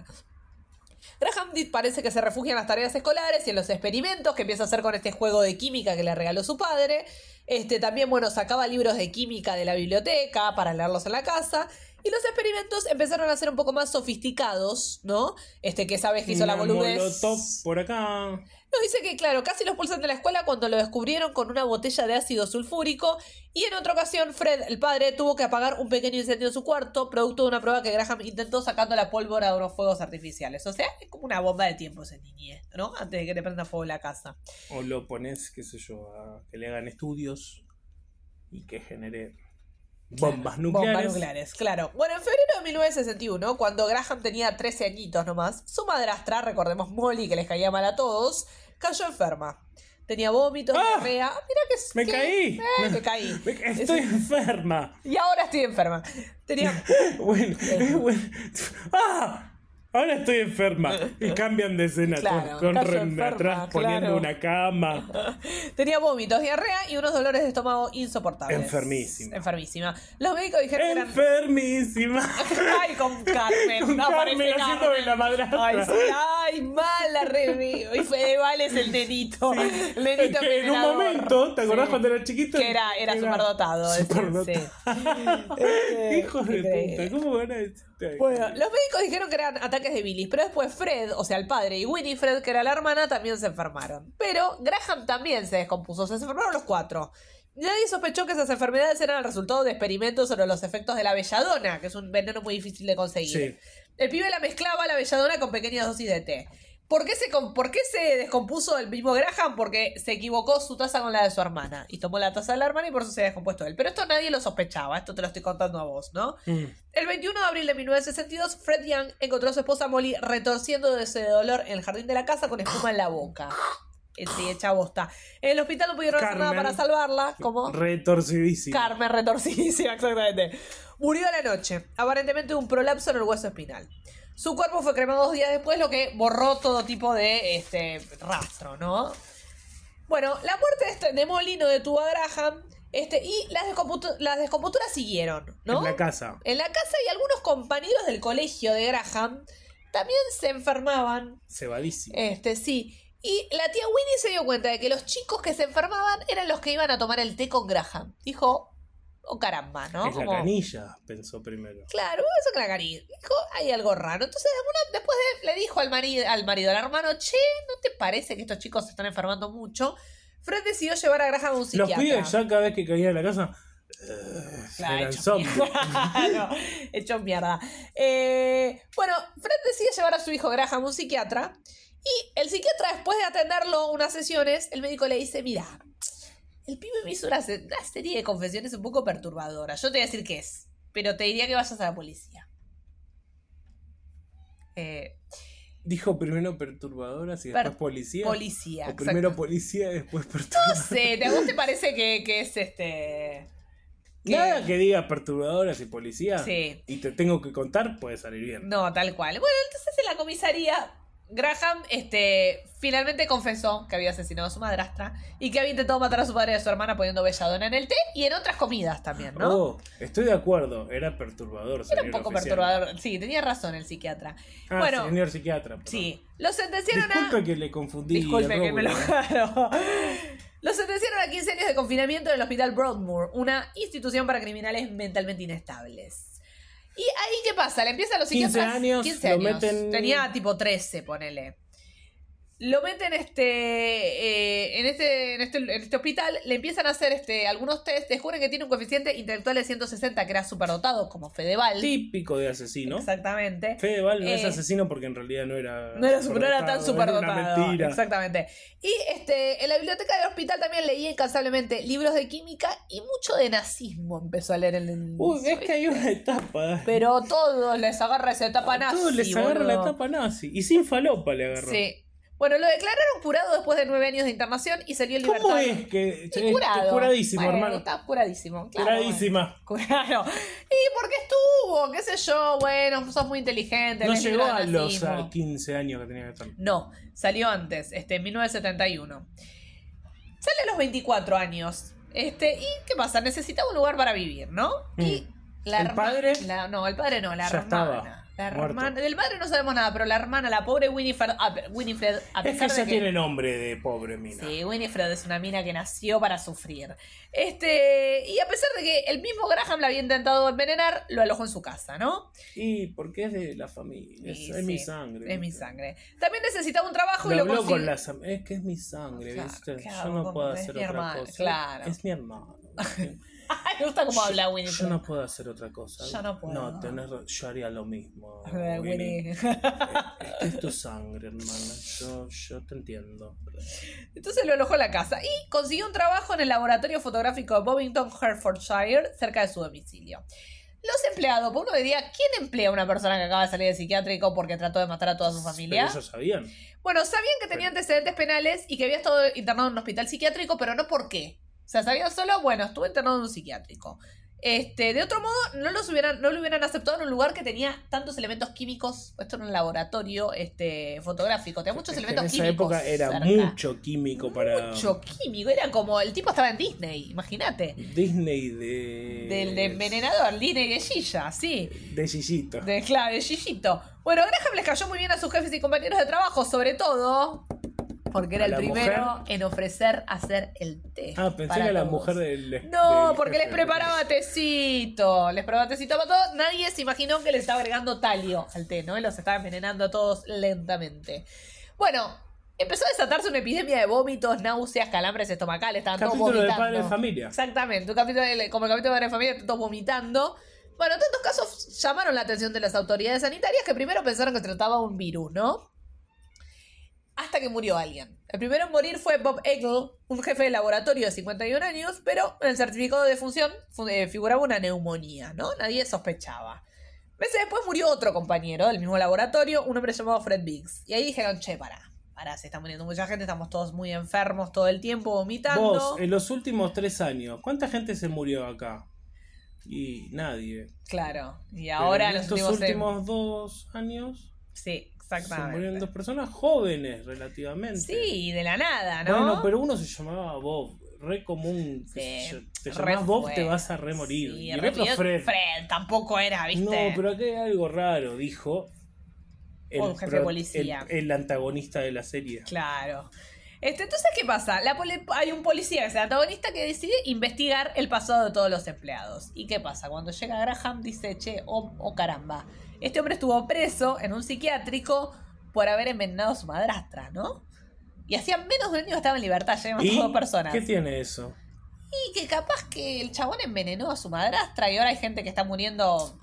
Speaker 2: Graham Dick parece que se refugia en las tareas escolares y en los experimentos que empieza a hacer con este juego de química que le regaló su padre. Este, también, bueno, sacaba libros de química de la biblioteca para leerlos en la casa. Y los experimentos empezaron a ser un poco más sofisticados, ¿no? Este, que sabes que hizo la
Speaker 1: Una
Speaker 2: boludez.
Speaker 1: Molotov por acá.
Speaker 2: Nos dice que, claro, casi los pulsan de la escuela cuando lo descubrieron con una botella de ácido sulfúrico. Y en otra ocasión, Fred, el padre, tuvo que apagar un pequeño incendio en su cuarto, producto de una prueba que Graham intentó sacando la pólvora de unos fuegos artificiales. O sea, es como una bomba de tiempo ese niñez, ¿no? Antes de que te prenda fuego la casa.
Speaker 1: O lo pones, qué sé yo, a que le hagan estudios y que genere bombas nucleares.
Speaker 2: Bombas nucleares, claro. Bueno, en febrero de 1961, cuando Graham tenía 13 añitos nomás, su madrastra, recordemos Molly, que les caía mal a todos, cayó enferma. Tenía vómitos,
Speaker 1: ¡Ah!
Speaker 2: diarrea. Ah, mira que
Speaker 1: ¡Me
Speaker 2: que-
Speaker 1: caí!
Speaker 2: eh, me caí.
Speaker 1: Me- Estoy enferma.
Speaker 2: Y ahora estoy enferma. Tenía...
Speaker 1: Bueno, bueno. ¡Ah! Ahora estoy enferma. Y cambian de escena
Speaker 2: Claro,
Speaker 1: con
Speaker 2: cayó
Speaker 1: Ren de atrás
Speaker 2: enferma,
Speaker 1: poniendo
Speaker 2: claro.
Speaker 1: una cama.
Speaker 2: Tenía vómitos, diarrea y unos dolores de estómago insoportables.
Speaker 1: Enfermísima.
Speaker 2: Enfermísima. Los médicos dijeron que eran...
Speaker 1: Enfermísima.
Speaker 2: Ay, con Carmen.
Speaker 1: Con
Speaker 2: no
Speaker 1: Carmen
Speaker 2: aparece
Speaker 1: haciendo de la madrastra.
Speaker 2: Ay, sí, ay, mala review. Y Fedeval es el nenito. El nenito
Speaker 1: que en un
Speaker 2: envenenador.
Speaker 1: momento, ¿te acordás
Speaker 2: Sí.
Speaker 1: cuando era chiquito?
Speaker 2: Que era, era superdotado. ese,
Speaker 1: superdotado.
Speaker 2: sí. Este,
Speaker 1: Hijos de
Speaker 2: increíble.
Speaker 1: puta, ¿cómo van a este? decirte?
Speaker 2: Bueno, los médicos dijeron que eran ataques de bilis, pero después Fred, o sea, el padre, y Winifred, que era la hermana, también se enfermaron. Pero Graham también se descompuso, se enfermaron los cuatro. Nadie sospechó que esas enfermedades eran el resultado de experimentos sobre los efectos de la belladona, que es un veneno muy difícil de
Speaker 1: Sí.
Speaker 2: conseguir. El pibe la mezclaba la belladona con pequeñas dosis de té. ¿Por qué, se, com- ¿Por qué se descompuso el mismo Graham? Porque se equivocó su taza con la de su hermana. Y tomó la taza de la hermana y por eso se había descompuesto él. Pero esto nadie lo sospechaba, esto te lo estoy contando a vos, ¿no?
Speaker 1: Mm.
Speaker 2: El 21 de abril de 1962, Fred Young encontró a su esposa Molly retorciendo de ese dolor en el jardín de la casa con espuma en la boca. Eh, Sí, hecha bosta. En el hospital no pudieron hacer nada
Speaker 1: Carmen.
Speaker 2: para salvarla. Como
Speaker 1: Retorcidísimo.
Speaker 2: Carmen retorcidísima, exactamente. Murió a la noche, aparentemente de un prolapso en el hueso espinal. Su cuerpo fue cremado dos días después, lo que borró todo tipo de este, rastro, ¿no? Bueno, la muerte de, este- de Molly no detuvo a Graham este, y las, descomputu- las descomposturas siguieron, ¿no?
Speaker 1: En la casa.
Speaker 2: En la casa y algunos compañeros del colegio de Graham también se enfermaban.
Speaker 1: Cebadísimo.
Speaker 2: Este, sí. Y la tía Winnie se dio cuenta de que los chicos que se enfermaban eran los que iban a tomar el té con Graham. Dijo, oh caramba, ¿no?
Speaker 1: es la canilla, pensó primero.
Speaker 2: Claro, eso que la cari. Dijo, hay algo raro. Entonces, alguna- después de- le dijo al marido, al marido, al hermano, che, ¿no te parece que estos chicos se están enfermando mucho? Fred decidió llevar a Graham a un
Speaker 1: Los
Speaker 2: psiquiatra.
Speaker 1: pibes ya cada vez que caían a la casa eh,
Speaker 2: Claro,
Speaker 1: eran
Speaker 2: hecho
Speaker 1: zombies.
Speaker 2: mierda. Claro, hecho mierda. Eh, bueno, Fred decide llevar a su hijo Graham a un psiquiatra. Y el psiquiatra, después de atenderlo unas sesiones, el médico le dice: Mira, el pibe me hizo una, se- una serie de confesiones un poco perturbadoras. Yo te voy a decir qué es, pero te diría que vayas a la policía. Eh,
Speaker 1: Dijo primero perturbadoras y después
Speaker 2: Per-
Speaker 1: policía.
Speaker 2: policía.
Speaker 1: o
Speaker 2: exacto.
Speaker 1: primero policía y después perturbadoras.
Speaker 2: No sé, ¿te- ¿a vos te parece que, que es este. que-
Speaker 1: Nada que diga perturbadoras y policía
Speaker 2: Sí.
Speaker 1: y te tengo que contar puede salir bien.
Speaker 2: No, tal cual. Bueno, entonces en la comisaría, Graham este, finalmente confesó que había asesinado a su madrastra y que había intentado matar a su padre y a su hermana poniendo belladona en el té y en otras comidas también, ¿no?
Speaker 1: Oh, estoy de acuerdo, era perturbador.
Speaker 2: Era
Speaker 1: señor
Speaker 2: un poco
Speaker 1: oficial.
Speaker 2: perturbador. Sí, tenía razón el psiquiatra.
Speaker 1: Ah,
Speaker 2: bueno,
Speaker 1: señor psiquiatra. perdón.
Speaker 2: sí. Lo sentenciaron a.
Speaker 1: Disculpe que le confundí.
Speaker 2: Disculpe
Speaker 1: el
Speaker 2: que me lo
Speaker 1: rómulo, ¿eh?
Speaker 2: claro. Lo sentenciaron a 15 años de confinamiento en el hospital Broadmoor, una institución para criminales mentalmente inestables. ¿Y ahí qué pasa? Le empiezan los
Speaker 1: 15
Speaker 2: psiquiatras.
Speaker 1: años, lo meten-
Speaker 2: Tenía tipo 13, ponele. Lo meten este, eh, en, este, en, este, en este hospital, le empiezan a hacer este, algunos test, descubren que tiene un coeficiente intelectual de 160, que era superdotado, como Fedeval.
Speaker 1: Típico de asesino.
Speaker 2: Exactamente.
Speaker 1: Fedeval no es
Speaker 2: Eh,
Speaker 1: asesino porque en realidad no era.
Speaker 2: No era, super, no era tan
Speaker 1: superdotado, era
Speaker 2: superdotado.
Speaker 1: una mentira.
Speaker 2: Exactamente. Y este, en la biblioteca del hospital también leí incansablemente libros de química y mucho de nazismo empezó a leer en el.
Speaker 1: Uy, es que hay una etapa.
Speaker 2: Pero todos les agarra esa etapa nazi.
Speaker 1: Todos les agarra la
Speaker 2: boludo.
Speaker 1: etapa nazi. Y sin falopa le agarró.
Speaker 2: Sí. Bueno, lo declararon curado después de nueve años de internación y salió en libertad.
Speaker 1: ¿Cómo es que.
Speaker 2: Y curado.
Speaker 1: Curadísimo,
Speaker 2: Bueno,
Speaker 1: hermano.
Speaker 2: Está curadísimo, claro.
Speaker 1: Curadísima.
Speaker 2: Curado. Y porque estuvo, qué sé yo, bueno, sos muy inteligente.
Speaker 1: No
Speaker 2: lees
Speaker 1: llegó
Speaker 2: libros de
Speaker 1: a los
Speaker 2: nazismo.
Speaker 1: ah, 15 años que tenía que estar.
Speaker 2: No, salió antes, este, en 1971. Sale a los 24 años. Este, ¿y qué pasa? Necesitaba un lugar para vivir, ¿no? Y la
Speaker 1: Mm. ¿El
Speaker 2: herma-
Speaker 1: padre?
Speaker 2: la- no, el padre no, la
Speaker 1: Ya estaba
Speaker 2: hermana. La
Speaker 1: muerto.
Speaker 2: hermana. Del padre no sabemos nada, pero la hermana, la pobre Winifred, a, pe- Winifred, a
Speaker 1: Es que ya
Speaker 2: pesar de que.
Speaker 1: tiene nombre de pobre mina.
Speaker 2: Sí, Winifred es una mina que nació para sufrir. Este, y a pesar de que el mismo Graham la había intentado envenenar, lo alojó en su casa, ¿no?
Speaker 1: Y porque es de la familia. Es,
Speaker 2: Sí,
Speaker 1: es mi
Speaker 2: sí,
Speaker 1: sangre.
Speaker 2: Es mi sangre. También necesitaba un trabajo
Speaker 1: Lo
Speaker 2: y lo
Speaker 1: habló con
Speaker 2: consiguió.
Speaker 1: las am- Es que es mi sangre,
Speaker 2: Claro,
Speaker 1: ¿viste?
Speaker 2: claro,
Speaker 1: Yo no
Speaker 2: con-
Speaker 1: puedo
Speaker 2: es
Speaker 1: hacer
Speaker 2: mi
Speaker 1: otra
Speaker 2: hermano,
Speaker 1: cosa.
Speaker 2: claro.
Speaker 1: Es mi hermano.
Speaker 2: Me gusta cómo habla
Speaker 1: Yo,
Speaker 2: Winifred.
Speaker 1: no puedo hacer otra cosa.
Speaker 2: Yo no puedo.
Speaker 1: No, tenés ra- yo haría lo mismo.
Speaker 2: Eh,
Speaker 1: Winnie.
Speaker 2: Winnie.
Speaker 1: Es que es tu sangre, hermana. Yo, yo te entiendo.
Speaker 2: Entonces lo alojó en la casa y consiguió un trabajo en el laboratorio fotográfico de Bovington, Hertfordshire, cerca de su domicilio. Los empleados, por uno diría, ¿quién emplea a una persona que acaba de salir de psiquiátrico porque trató de matar a toda su familia?
Speaker 1: Pero ellos sabían.
Speaker 2: Bueno, sabían que tenía antecedentes penales y que había estado internado en un hospital psiquiátrico, pero no por qué. O sea, sabían solo, bueno, estuvo internado en un psiquiátrico. Este, de otro modo, no, los hubieran, no lo hubieran aceptado en un lugar que tenía tantos elementos químicos. Esto era un laboratorio este, fotográfico, tenía muchos
Speaker 1: Es que
Speaker 2: elementos
Speaker 1: en esa
Speaker 2: químicos.
Speaker 1: época era
Speaker 2: cerca.
Speaker 1: mucho químico para
Speaker 2: Mucho químico, era como el tipo estaba en Disney, imagínate.
Speaker 1: Disney de.
Speaker 2: Del de envenenador, Disney de Gilla, sí.
Speaker 1: De Gigito.
Speaker 2: De, claro, de Gillito. Bueno, Graham les cayó muy bien a sus jefes y compañeros de trabajo, sobre todo porque era
Speaker 1: ¿A
Speaker 2: el
Speaker 1: la
Speaker 2: primero en ofrecer hacer el té.
Speaker 1: Ah, pensé
Speaker 2: para
Speaker 1: que la
Speaker 2: todos.
Speaker 1: mujer del.
Speaker 2: No,
Speaker 1: del
Speaker 2: porque les
Speaker 1: jefe.
Speaker 2: preparaba tecito. Les preparaba tecito para todos. Nadie se imaginó que les estaba agregando talio al té, ¿no? Y los estaba envenenando a todos lentamente. Bueno, empezó a desatarse una epidemia de vómitos, náuseas, calambres estomacales. Estaban todos
Speaker 1: Capítulo de
Speaker 2: vomitando.
Speaker 1: padre de familia.
Speaker 2: Exactamente, un capítulo de- como el capítulo de Padre de Familia, están todos vomitando. Bueno, tantos casos llamaron la atención de las autoridades sanitarias que primero pensaron que trataba un virus, ¿no? Hasta que murió alguien. El primero en morir fue Bob Eggle, un jefe de laboratorio de 51 años, pero en el certificado de función fu- eh, figuraba una neumonía, ¿no? Nadie sospechaba. Meses después murió otro compañero del mismo laboratorio, un hombre llamado Fred Biggs. Y ahí dijeron, che, pará, pará, se está muriendo mucha gente, estamos todos muy enfermos todo el tiempo, vomitando.
Speaker 1: Vos, en los últimos tres años, ¿cuánta gente se murió acá? Y nadie.
Speaker 2: Claro, y
Speaker 1: Pero
Speaker 2: ahora
Speaker 1: en
Speaker 2: los
Speaker 1: estos
Speaker 2: últimos.
Speaker 1: últimos, dos años
Speaker 2: Sí,
Speaker 1: se murieron dos
Speaker 2: exactamente.
Speaker 1: personas jóvenes relativamente.
Speaker 2: Sí, de la nada, ¿no?
Speaker 1: Bueno, pero uno se llamaba Bob, re común. qué
Speaker 2: Sí,
Speaker 1: sé yo, te
Speaker 2: re
Speaker 1: llamás Bob,
Speaker 2: fue.
Speaker 1: te vas a remorir.
Speaker 2: Sí,
Speaker 1: y el
Speaker 2: re-
Speaker 1: otro
Speaker 2: y
Speaker 1: Fred.
Speaker 2: tampoco era, ¿viste?
Speaker 1: No, pero acá hay algo raro, dijo.
Speaker 2: Un jefe
Speaker 1: pro-
Speaker 2: policía.
Speaker 1: el- el antagonista de la serie.
Speaker 2: Claro. Este, entonces, ¿qué pasa? La poli- hay un policía que es el antagonista que decide investigar el pasado de todos los empleados. ¿Y qué pasa? Cuando llega Graham dice, che, oh, oh, caramba, este hombre estuvo preso en un psiquiátrico por haber envenenado a su madrastra, ¿no? Y hacía menos de un año que estaba en libertad, ya
Speaker 1: ¿Y
Speaker 2: habíamos dos personas.
Speaker 1: ¿Qué tiene eso?
Speaker 2: Y que capaz que el chabón envenenó a su madrastra y ahora hay gente que está muriendo.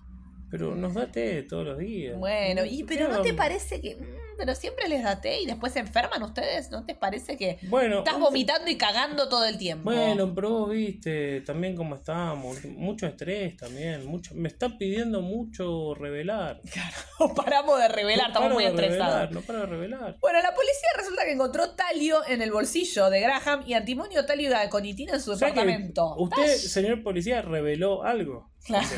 Speaker 1: Pero nos da té todos los días.
Speaker 2: Bueno, y pero no te
Speaker 1: Claro.
Speaker 2: parece que. mm, pero siempre les da té y después se enferman ustedes, ¿no te parece que
Speaker 1: Bueno,
Speaker 2: estás vomitando y cagando todo el tiempo?
Speaker 1: Bueno, pero vos viste también cómo estábamos, mucho estrés también, mucho, me está pidiendo mucho revelar.
Speaker 2: paramos de revelar, estamos
Speaker 1: No paro
Speaker 2: muy
Speaker 1: de
Speaker 2: estresados.
Speaker 1: revelar, No para revelar.
Speaker 2: Bueno, la policía resulta que encontró talio en el bolsillo de Graham y antimonio, talio y aconitina en su
Speaker 1: O sea que
Speaker 2: departamento.
Speaker 1: usted, señor policía, reveló algo.
Speaker 2: Claro.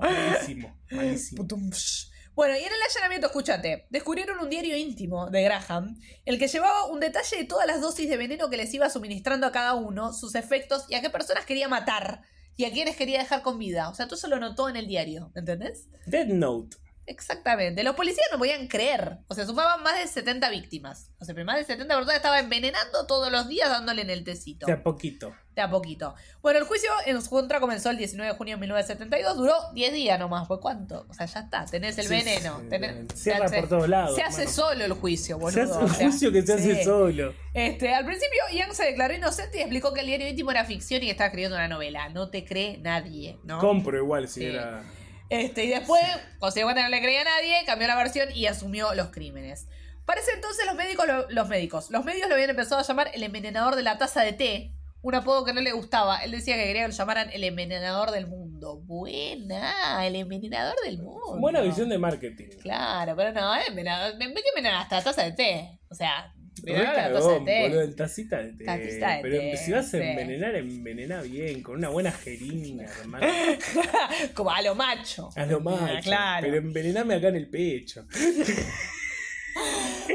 Speaker 1: Malísimo, malísimo.
Speaker 2: Putum, psh. Bueno, y en el allanamiento, escúchate, descubrieron un diario íntimo de Graham, el que llevaba un detalle de todas las dosis de veneno que les iba suministrando a cada uno, sus efectos y a qué personas quería matar y a quiénes quería dejar con vida. O sea, todo eso lo notó en el diario, ¿entendés?
Speaker 1: Dead Note.
Speaker 2: Exactamente. Los policías no podían creer. O sea, sumaban más de 70 víctimas. O sea, más de 70 personas estaba envenenando todos los días dándole en el tecito.
Speaker 1: De a poquito.
Speaker 2: De a poquito. Bueno, el juicio en su contra comenzó el 19 de junio de 1972. Duró 10 días nomás. ¿Pues cuánto? O sea, ya está. Tenés el
Speaker 1: Sí,
Speaker 2: veneno.
Speaker 1: sí, eh,
Speaker 2: tenés-
Speaker 1: Cierra
Speaker 2: se hace-
Speaker 1: por todos lados.
Speaker 2: Se hace
Speaker 1: hermano.
Speaker 2: solo el juicio, boludo.
Speaker 1: Se hace
Speaker 2: O
Speaker 1: un
Speaker 2: sea,
Speaker 1: juicio que se hace
Speaker 2: sí.
Speaker 1: solo.
Speaker 2: Este, al principio, Yang se declaró inocente y explicó que el diario íntimo era ficción y que estaba escribiendo una novela. No te cree nadie, ¿no?
Speaker 1: Compro igual si
Speaker 2: Sí.
Speaker 1: era.
Speaker 2: Este, y después, consecuentemente no le creía a nadie, cambió la versión y asumió los crímenes. Para ese entonces los médicos, lo- los médicos, los medios lo habían empezado a llamar el envenenador de la taza de té, un apodo que no le gustaba. Él decía que quería que lo llamaran el envenenador del mundo. Buena, el envenenador del mundo.
Speaker 1: Buena visión de marketing.
Speaker 2: Claro, pero no, eh, envenenador- me, me que envenenar hasta la taza de té. O sea, envenenar la taza de
Speaker 1: Recagón,
Speaker 2: té.
Speaker 1: boludo, en tacita de té.
Speaker 2: Tacita de
Speaker 1: Pero
Speaker 2: té,
Speaker 1: si vas a
Speaker 2: sí.
Speaker 1: envenenar, envenena bien, con una buena jeringa, hermano.
Speaker 2: Como a lo macho.
Speaker 1: A lo más.
Speaker 2: Ah, claro.
Speaker 1: Pero envenename acá en el pecho.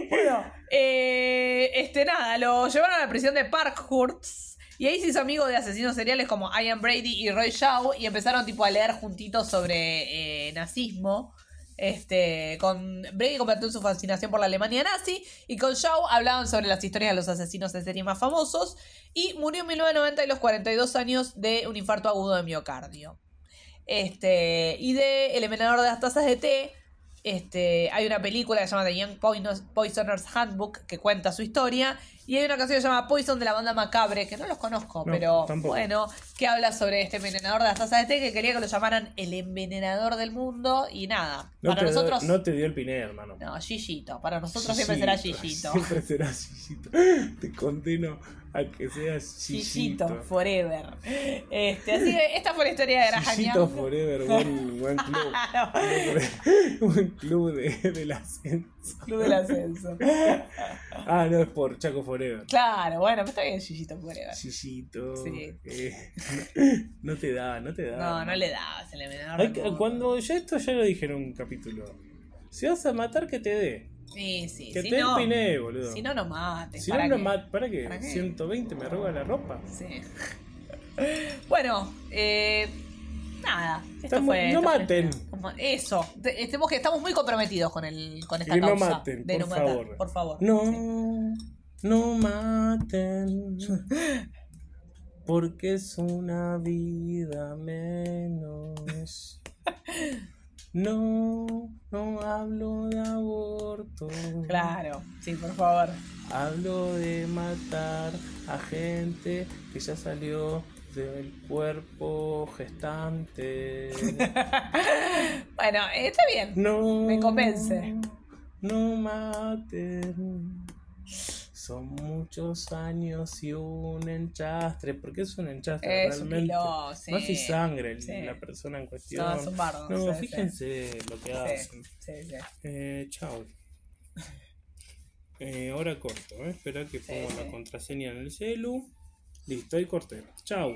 Speaker 2: Bueno, eh, este nada, lo llevaron a la prisión de Parkhurst y ahí se hizo amigo de asesinos seriales como Ian Brady y Roy Shaw y empezaron tipo a leer juntitos sobre eh, nazismo. Este, con Brady compartió su fascinación por la Alemania nazi y con Shaw hablaban sobre las historias de los asesinos en serie más famosos y murió en 1990 a los 42 años de un infarto agudo de miocardio. Este, y de El envenenador de las tazas de té, este, hay una película que se llama The Young Poinos- Poisoner's Handbook que cuenta su historia. Y hay una canción que se llama Poison de la banda Macabre, que no los conozco,
Speaker 1: No,
Speaker 2: pero
Speaker 1: tampoco.
Speaker 2: bueno, que habla sobre este envenenador de las tazas de té que quería que lo llamaran el envenenador del mundo. Y nada,
Speaker 1: No,
Speaker 2: para
Speaker 1: te,
Speaker 2: nosotros.
Speaker 1: no te dio el piné, hermano.
Speaker 2: No, Gillito. Para nosotros siempre será Gillito.
Speaker 1: Siempre será Gillito. Te condeno a que seas Gillito.
Speaker 2: Gillito, forever. Este, así que esta fue la historia de Graham
Speaker 1: Gillito
Speaker 2: Young.
Speaker 1: forever, buen, buen club. buen club de, del ascenso.
Speaker 2: Club del ascenso.
Speaker 1: Ah, no, es por Chaco forever.
Speaker 2: Claro, bueno, pero está bien Gillito forever.
Speaker 1: Gillito.
Speaker 2: Sí.
Speaker 1: eh, no, no te da, no te da.
Speaker 2: No, no le dabas el envenenador.
Speaker 1: Hay
Speaker 2: del
Speaker 1: que-
Speaker 2: mundo.
Speaker 1: cuando ya esto ya lo dije en un capítulo. Si vas a matar, que te dé.
Speaker 2: Sí, sí.
Speaker 1: Que
Speaker 2: si
Speaker 1: te dé
Speaker 2: no,
Speaker 1: el piné, boludo.
Speaker 2: Si no, no mates.
Speaker 1: Si
Speaker 2: ¿para
Speaker 1: no, no
Speaker 2: qué?
Speaker 1: mat- ¿para qué?
Speaker 2: ¿Para qué?
Speaker 1: 120 me roba la ropa.
Speaker 2: Sí. Bueno, eh, nada. Esto
Speaker 1: Estamos-
Speaker 2: fue,
Speaker 1: no
Speaker 2: esto fue-
Speaker 1: maten.
Speaker 2: Eso. Te- Estemos, que estamos muy comprometidos con, el, con esta
Speaker 1: Y no
Speaker 2: causa.
Speaker 1: maten,
Speaker 2: de
Speaker 1: por
Speaker 2: no matar,
Speaker 1: favor.
Speaker 2: Por favor. Sí.
Speaker 1: No, no maten. Porque es una vida menos. No, no hablo de aborto.
Speaker 2: Claro, sí, por favor.
Speaker 1: Hablo de matar a gente que ya salió del cuerpo gestante.
Speaker 2: Bueno, eh, está bien.
Speaker 1: No.
Speaker 2: Me convence.
Speaker 1: No maten. Son muchos años y un enchastre. Porque es un enchastre
Speaker 2: Es un
Speaker 1: realmente.
Speaker 2: quilombo, sí.
Speaker 1: Más si sangre el-
Speaker 2: Sí.
Speaker 1: la persona en cuestión.
Speaker 2: No, es un bardo.
Speaker 1: No,
Speaker 2: sí, sí.
Speaker 1: fíjense lo que
Speaker 2: Sí,
Speaker 1: hacen.
Speaker 2: sí, sí.
Speaker 1: Eh, chao. Eh, ahora corto, eh. Espera que pongo
Speaker 2: sí.
Speaker 1: la contraseña en el celu. Listo, ahí corté. Chao.